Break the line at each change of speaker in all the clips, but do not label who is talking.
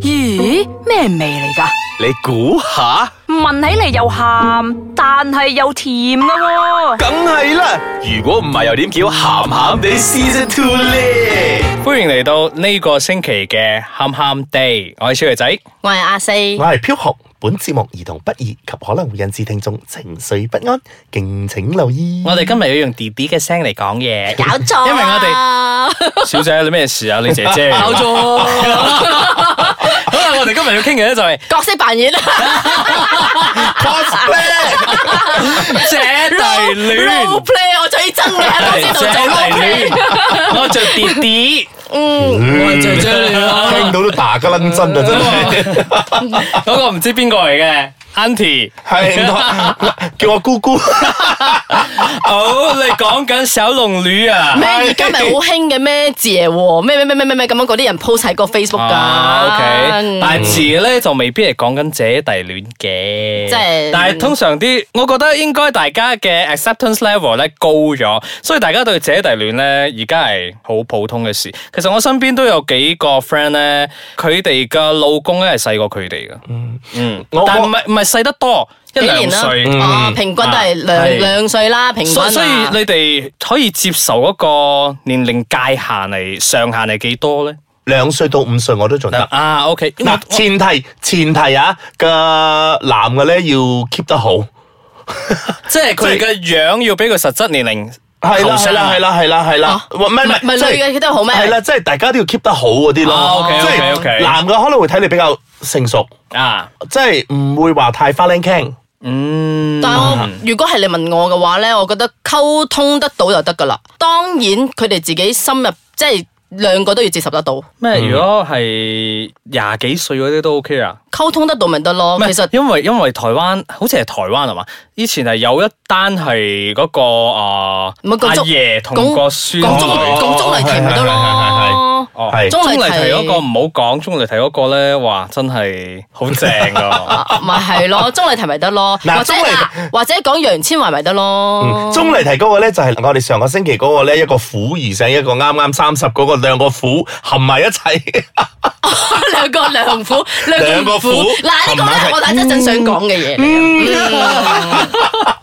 咦，咩味嚟噶？
你估下，
聞起嚟又鹹，但係又甜噶喎、
梗係啦。如果唔係，又點叫鹹鹹地 Season Two 咧？
歡迎嚟到呢個星期嘅咸咸地，我係小肥仔。
我係阿四，
我係飄紅，本節目兒童不宜及可能會引致聽眾情緒不安，敬請留意。
我哋今日要用弟弟嘅聲嚟講嘢，
搞錯啊，
因為我哋小姐你咩事啊？你姐姐 搞咗。好啦，我哋今日要傾嘅咧就係
角色扮演
Cosplay
姐弟戀
role。play，我最憎 你喺我呢度做 role play，
戀，我做弟嗯弟，
我
係姐姐嚟啊
聽到都打個冷震啊，真係
嗰個唔知邊個嚟嘅，Auntie。
係 我叫我姑姑，
好，你講緊小龍女啊？
咩而家咪好興嘅咩姐喎，咩咩咩咩咩咩咁樣嗰啲人 post 喺個 Facebook 嗯
啊，OK，
噶，
但係字咧就未必係講緊姐弟戀嘅，
即係
但係通常啲，我覺得應該大家嘅 acceptance level 咧高咗，所以大家對姐弟戀咧而家係好普通嘅事。其實我身邊都有幾個 friend 咧，佢哋嘅老公咧係細過佢哋嘅，嗯，
我
但係唔係唔係細得多一
幾
兩
年啦
歲。
哦，平均都係
啊
兩
係
兩歲啦，平均
所
啊
所以你哋可以接受嗰個年齡界限係上限係幾多咧？
兩歲到五歲我都仲得。
啊，OK，我
嗱，前提前提啊，個男嘅咧要 keep 得好，
即係佢嘅樣要俾佢實質年齡
係啦
後
係
生
啦係啦係啦係啦，
哦
唔係唔
唔係唔
係
係
即係
女嘅 keep 得好咩
係啦，即係大家都要 keep 得好嗰啲
哦
咯，即
，OK，OK，
係
OK
男嘅可能會睇你比較成熟。
啊，
即係唔會話太花靚傾，
嗯，
但係我如果係你問我嘅話咧，我覺得溝通得到就得噶啦。當然佢哋自己深入，即係兩個都要接受得到，
咩？如果係廿幾歲嗰啲都 OK 啊？
溝通得到咪得咯。
唔係
其實
因為因為台灣好似係台灣係嘛？以前係有一單係嗰個啊
唔係個
阿
中
爺同
講
個孫
講中
女
哦
講中嚟期咪得
係係係係
咯。
哦
係
鐘
鍾
麗緹
麗緹
嗰個唔好講，鐘麗緹嗰個咧，哇，真係 好正噶！
啊咪係咯，鍾麗緹咪得咯，
嗱
或者
鍾麗嗯
啊或者講楊千嬅咪得咯，
鐘麗緹嗰個咧就係我哋上個星期嗰個咧，一個苦而醒，一個啱啱三十嗰個兩個苦含埋一齊，
兩個兩虎，
兩個虎
嗱呢個咧
琴晚係
係我第一陣想講嘅嘢嚟嘅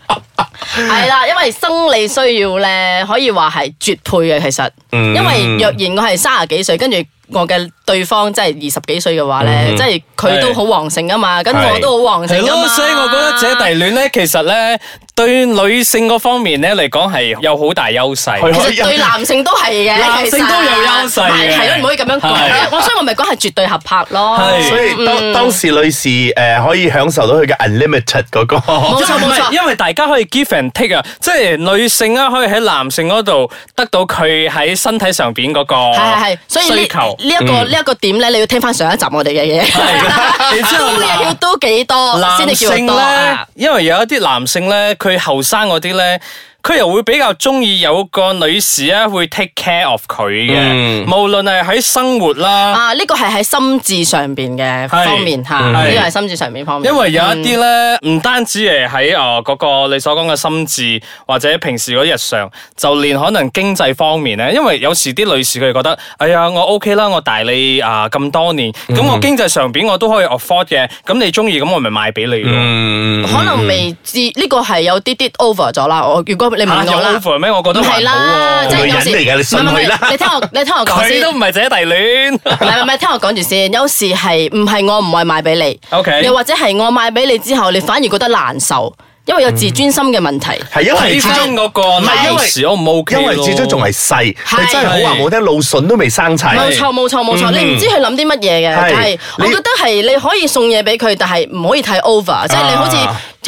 嗯係啦，因為生理需要咧，可以話係絕配嘅其實，
嗯
因為若然我係三十幾歲，跟住。我嘅對方即係二十幾歲嘅話咧，
嗯
即係佢都好旺盛啊嘛，跟住我都好旺盛
係
啊嘛
咯，所以我覺得姐弟戀咧，其實咧對女性嗰方面咧嚟講係有好大優勢。
係
其實對男性都係嘅，
男性都有優勢嘅
係咯，唔可以咁
係
樣講。我所以我咪講係絕對合拍咯。
係
所以當當時女士誒、呃可以享受到佢嘅 unlimited 嗰、個，
冇錯
唔
冇
係
錯，
因為大家可以 give and take 啊，即係女性啊可以喺男性嗰度得到佢喺身體上邊嗰
係係係。
個
所以呢
需求。嗯
呢一個呢一個點咧，你要聽翻上一集我哋嘅嘢。啊
係，然 之
都
後
嘢要都幾多先
男
至叫
性
多
咧
啊？，
因為有一啲男性咧，佢後生嗰啲咧。佢又會比較中意有個女士啊，會 take care of 佢嘅，
嗯
無論係喺生活啦，
啊，呢個係喺心智上邊嘅
係
方面嚇，
嗯
呢個係心智上面方 面。
因為有一啲咧，唔單止係喺誒嗰個你所講嘅心智，或者平時嗰日常，就連可能經濟方面咧，因為有時啲女士佢哋覺得，哎呀，我 OK 啦，我大你啊咁多年，
嗯
咁我經濟上邊我都可以 afford 嘅，咁你中意咁我咪買俾你咯。
嗯
可能未知呢個係有啲啲 over 咗啦。我如果你
嚇嗯
問
啊有
我啦，
offer 咩？我覺得
唔係
還好
啦，
喎
即係
女
有
人
時
嚟㗎你信
唔係唔係
佢啦
你聽我你聽我講
佢
先
都。唔係姐弟戀。
唔係唔係，聽我講住先。有時係唔係我唔係買俾你
OK
又或者係我買俾你之後，你反而覺得難受，因為有自尊心嘅問題。
係因為
睇
始
翻
終
嗰個
係因
女
為
士 O 唔 O K
因為始終仲係細，你真係好話冇聽，老筍都未生齊。
冇錯冇錯冇錯，你唔知佢諗啲乜嘢嘅，
嗯係
但係我
你
覺得係你可以送嘢俾佢，但係唔可以太
啊
over，即係你好似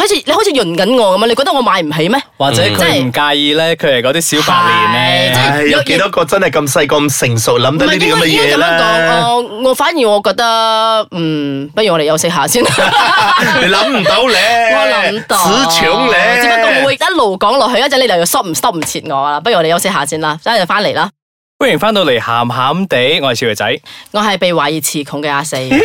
好似你好似潤緊我咁樣，啊你覺得我買唔起咩？
或者佢唔
嗯
介意咧，佢係嗰啲小白臉咧。
係
唉，有幾多個真係咁細個咁成熟諗
唔
得呢
係
啲
應
咁
該
嘅
應該
嘢
咁樣
啦？
講，我我反而我覺得，嗯，不如我哋休息下 先。
你諗唔到咧，
我諗到，
死搶咧，
只不過我會一路講落去，一陣你就要 stop 唔 stop 唔切我啦。不如我哋休息下先啦，一陣翻嚟啦。
歡迎翻到嚟咸咸地，我係小肥仔。
我係被懷疑詞窮嘅阿四，
嗯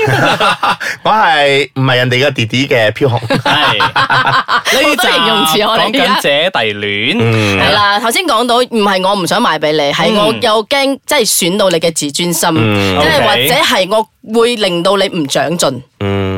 我係唔係人哋嘅弟弟嘅飄 紅？
係呢集
多形容詞我哋
講
而家
緊姐弟戀，
嗯
係啦。頭先講到唔係
嗯
我唔想賣俾你，係我又驚即係損到你嘅自尊心，即係
，OK
或者係我會令到你唔長進，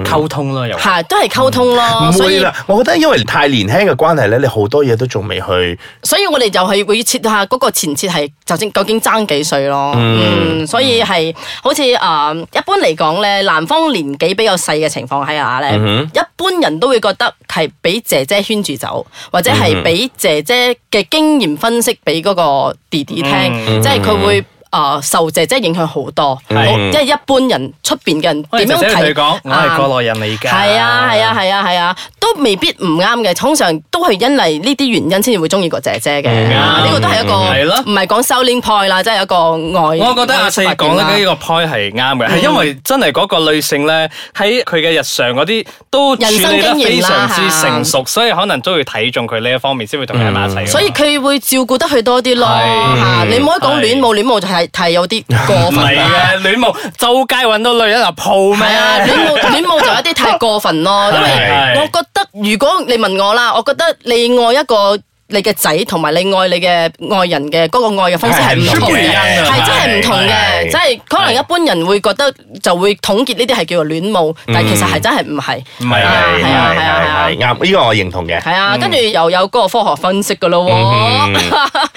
溝通啦又。
係都係溝通咯。
唔
所
會
以
啦，我覺得因為太年輕嘅關係咧，你好多嘢都仲未去。
所以我哋就係會設下嗰個前設係就正究竟爭幾歲咯。
嗯
嗯，所以係好似誒、呃一般嚟講咧，男方年紀比較細嘅情況下
嗯
咧，一般人都會覺得係俾姐姐圈住走，或者
嗯
係俾姐姐嘅經驗分析俾嗰個弟弟聽，
嗯
即係佢會。誒受姐姐影響好多，我即係一般人出邊嘅人
喂
點樣
姐姐同
睇？
你講，我係
啊
過來人嚟㗎。
係啊，係啊，係啊，係啊，都未必唔啱嘅。通常都係因為呢啲原因先至會中意個姐姐嘅。啊呢個都係一
係咯
個唔係講 selling point 啦，即係一個外。
我覺得阿四
外啊
講得
發現
呢
啦嗯
個 point 係啱嘅，係因為真係嗰個女性咧喺佢嘅日常嗰啲都處
人生
理得
經驗
非常
啦
之成熟，所以可能都會睇中佢呢一方面，先會同佢喺埋一齊㗎嘛。
嗯所以佢會照顧得佢多啲咯
係
嚇。你唔可以講
係
戀母，戀母就係係有啲過
唔
分
係
啦。
嘅，戀慕周街揾到女人嚟鋪咩
係？啊，戀母戀母就有一啲太過分咯，因為
係
我覺得如果你問我啦，我覺得你愛一個。你嘅仔同埋你愛你嘅愛人嘅嗰個愛嘅方式係唔同
係
嘅，
係係
係真係唔同
係
嘅，即係可能一般人會覺得就會統結呢啲係叫做戀母，但係其實係真係唔係，
唔係啊
係啊係啊係啊
係啱，呢個我認同嘅。
係啊，跟住又有嗰個科學分析噶咯喎。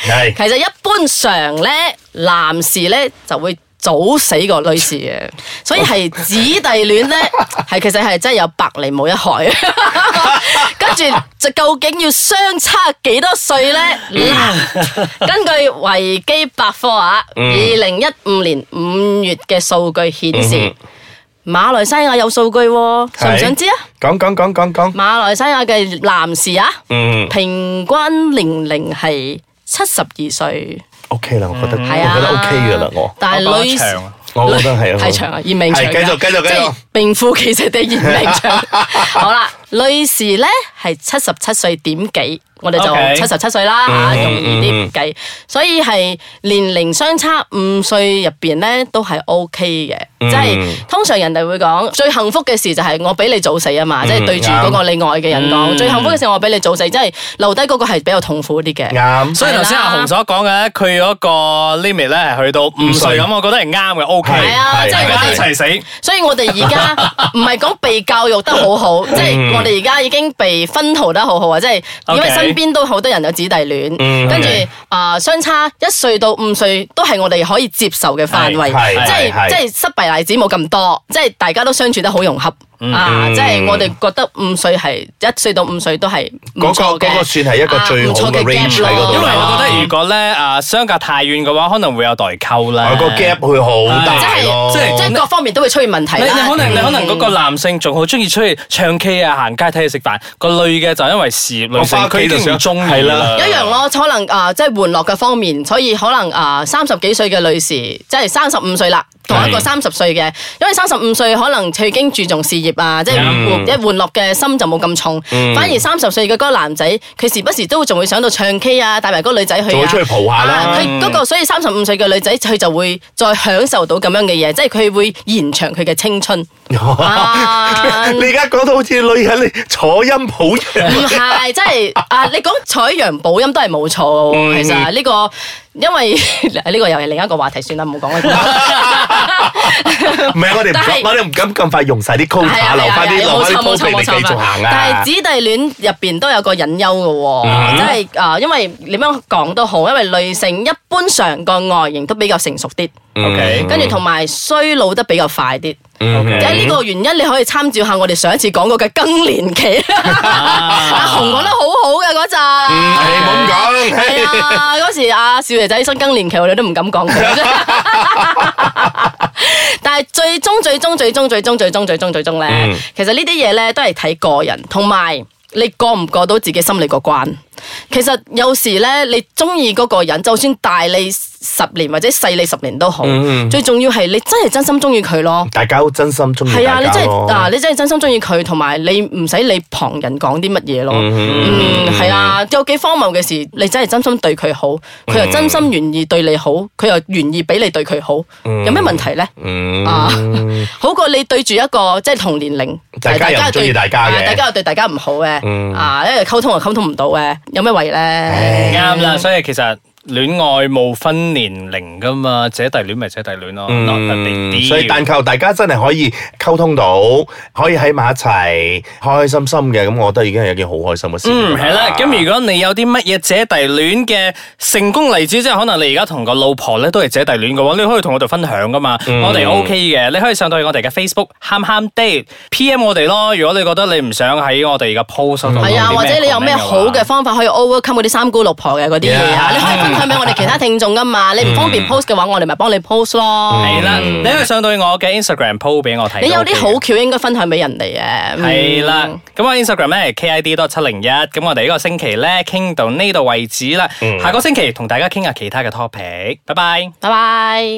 係
其實一般常咧，男士咧就會早死過女士 嘅，所以係子弟戀咧，係其實係真係有百利冇一害。 跟住就究竟要相差幾多 歲咧？嗱，根據維基百科啊，
嗯
二零一五年五月嘅數據顯
嗯
示，馬來西亞有數據喎，想唔想知啊？
講講講講講，
馬來西亞嘅男士啊，
嗯
平均年齡係七十二歲，
，OK 啦，我覺得，我
係啊，
覺得 OK 噶啦，我，
但係
我覺
女
得長啊
我覺得係啊
太長啊，延命長㗎
係繼續繼續繼續
即係名副其實地延命 長。好啦，女士咧係七十七歲點幾，我哋
OK
就七十七歲啦嚇，容易
嗯
啲計，所以係年齡相差五歲入邊咧都係 OK
嗯
嘅，即係通常人哋會講最幸福嘅事就係我比你早死啊
嗯
嘛，即係對住嗰個你愛嘅人講最幸福嘅事我比你早死，即係留低嗰個係比較痛苦啲嘅。
啱，
所以頭先阿
係啦
紅所講嘅，佢嗰個 limit 咧係去到五歲咁，我覺得係啱嘅，OK。
係
啊
係
即係
大
我
家
哋
一齊死，
所以我哋 而家唔係講被教育得好好，
嗯
即係我哋而家已經被分逃得好好啊！即係因
OK
為身邊都好多人有子弟
嗯
戀，跟住
OK
啊相差一歲到五歲都係我哋可以接受嘅範圍，
係係
即
係
係即係失敗例子冇咁多，即係大家都相處得好融合
嗯
啊！即係我哋覺得五歲係一歲到五歲都係唔
嗰
錯
個
嘅，
嗰個算係一個
啊
最
唔
好嘅
錯嘅
range 喺
gap
嗰
咯
度
因為
啦
我覺得如果咧啊相隔太遠嘅話，可能會有代溝啦。
我個 gap 會好
即
大咯，
係
即係
即係各方面都會出現問題
你
啦。
你可能你可能嗰個男性仲好中意出去唱 K 啊、行街睇戲食飯，個女嘅就因為事業女性，
我返屋
佢
企
已
就
經唔
想
中意
係
啦
啦。
一樣咯，可能啊、呃即係玩樂嘅方面，所以可能啊，三十幾歲嘅女士，即係三十五歲啦，同一個三十歲嘅，因為三十五歲可能佢已經注重事業啊，即係
嗯
玩即係玩樂嘅心就冇咁重，反而三十歲嘅嗰個男仔，佢時不時都仲會想到唱 K 啊，帶埋嗰個女仔去
仲會
啊
出去蒲下啦
啊佢嗰、個所以三十五歲嘅女仔，佢就會再享受到咁樣嘅嘢，即係佢會延長佢嘅 青春。啊
你而家講到好似女人你坐音抱 一樣
唔係，即係啊！你講採陽補陰都係冇錯嘅喎。其實呢個因為 呢個又係另一個話題，算啦，唔好講呢個。
唔係，我哋唔
但
敢，
係
我哋唔敢咁快用晒啲
係
quota，
啊
留
係啊
翻啲
係啊
留
冇
翻
錯
啲 quota
冇錯
俾
冇
你繼
錯
續行
但係
啊！
子弟戀入邊都有個隱憂嘅喎，即係啊，因為點樣講都好，因為女性一般上個外形都比較成熟啲，
OK，
跟住同埋衰老得比較快啲。即係呢個原因，你可以參照下我哋上一次講過嘅更年 期。阿紅講得好好嘅嗰陣。
你唔好咁講
係啊，嗰時阿少爺仔新更年期，我哋都唔敢講佢。但係最終最終最終最終最終最終最終咧，其實呢啲嘢咧都係睇個人，同埋你過唔過到自己心理個關。其實有時咧，你中意嗰個人，就算大你十年或者細你十年都好，最重要係你真係真心中意佢咯。
大家好真心中意
係啊，
嗯大
你
家
真係
咯。
啊，你真係真心中意佢，同埋你唔使理旁人講啲乜嘢咯。嗯，係啊，有幾荒謬嘅事，你真係真心對佢好，
嗯
佢又真心願意對你好，佢又願意俾你對佢好，有咩問題咧？
嗯
啊，好過你對住一個即係同年齡，
大家又唔中意大家嘅嗯
啊大家又對大家唔好嘅，啊，因為溝通又溝通唔到嘅，有咩為咧？
啱啦，所以其實戀愛冇分年齡噶嘛，姐弟戀咪姐弟戀咯，not a big
嗯
deal
所以但求大家真係可以溝通到，可以喺埋一齊，開開心心嘅，咁我覺得已經係一件好開心嘅事。
嗯，系
啊
啊
啦。咁如果你有啲乜嘢姐弟戀嘅成功例子，即係可能你而家同個老婆咧都係姐弟戀嘅話，你可以同我哋分享噶嘛。我哋 OK 嘅，你可以上到去我哋嘅 Facebook 喊喊 date PM 我哋咯。如果你覺得你唔想喺我哋嘅 post 嗰度
係啊，
講啲
或者你有咩
comment 嗯
好嘅方法可以 overcome 嗰啲三姑六婆嘅嗰啲嘢啊？
Yeah
你可以分享俾我哋其他聽眾噶嘛？你唔方便 post 嘅話，我哋咪幫你 post 咯。
係啦，你可以上到去我嘅 Instagram post 俾我睇。
你有啲好。橋應該分享俾人哋嘅。嗯
係啦，咁我 Instagram 咧 KID 多七零一，咁我哋呢個星期咧傾到呢度為止啦，下個星期同大家傾下其他嘅 topic，拜拜。
拜拜。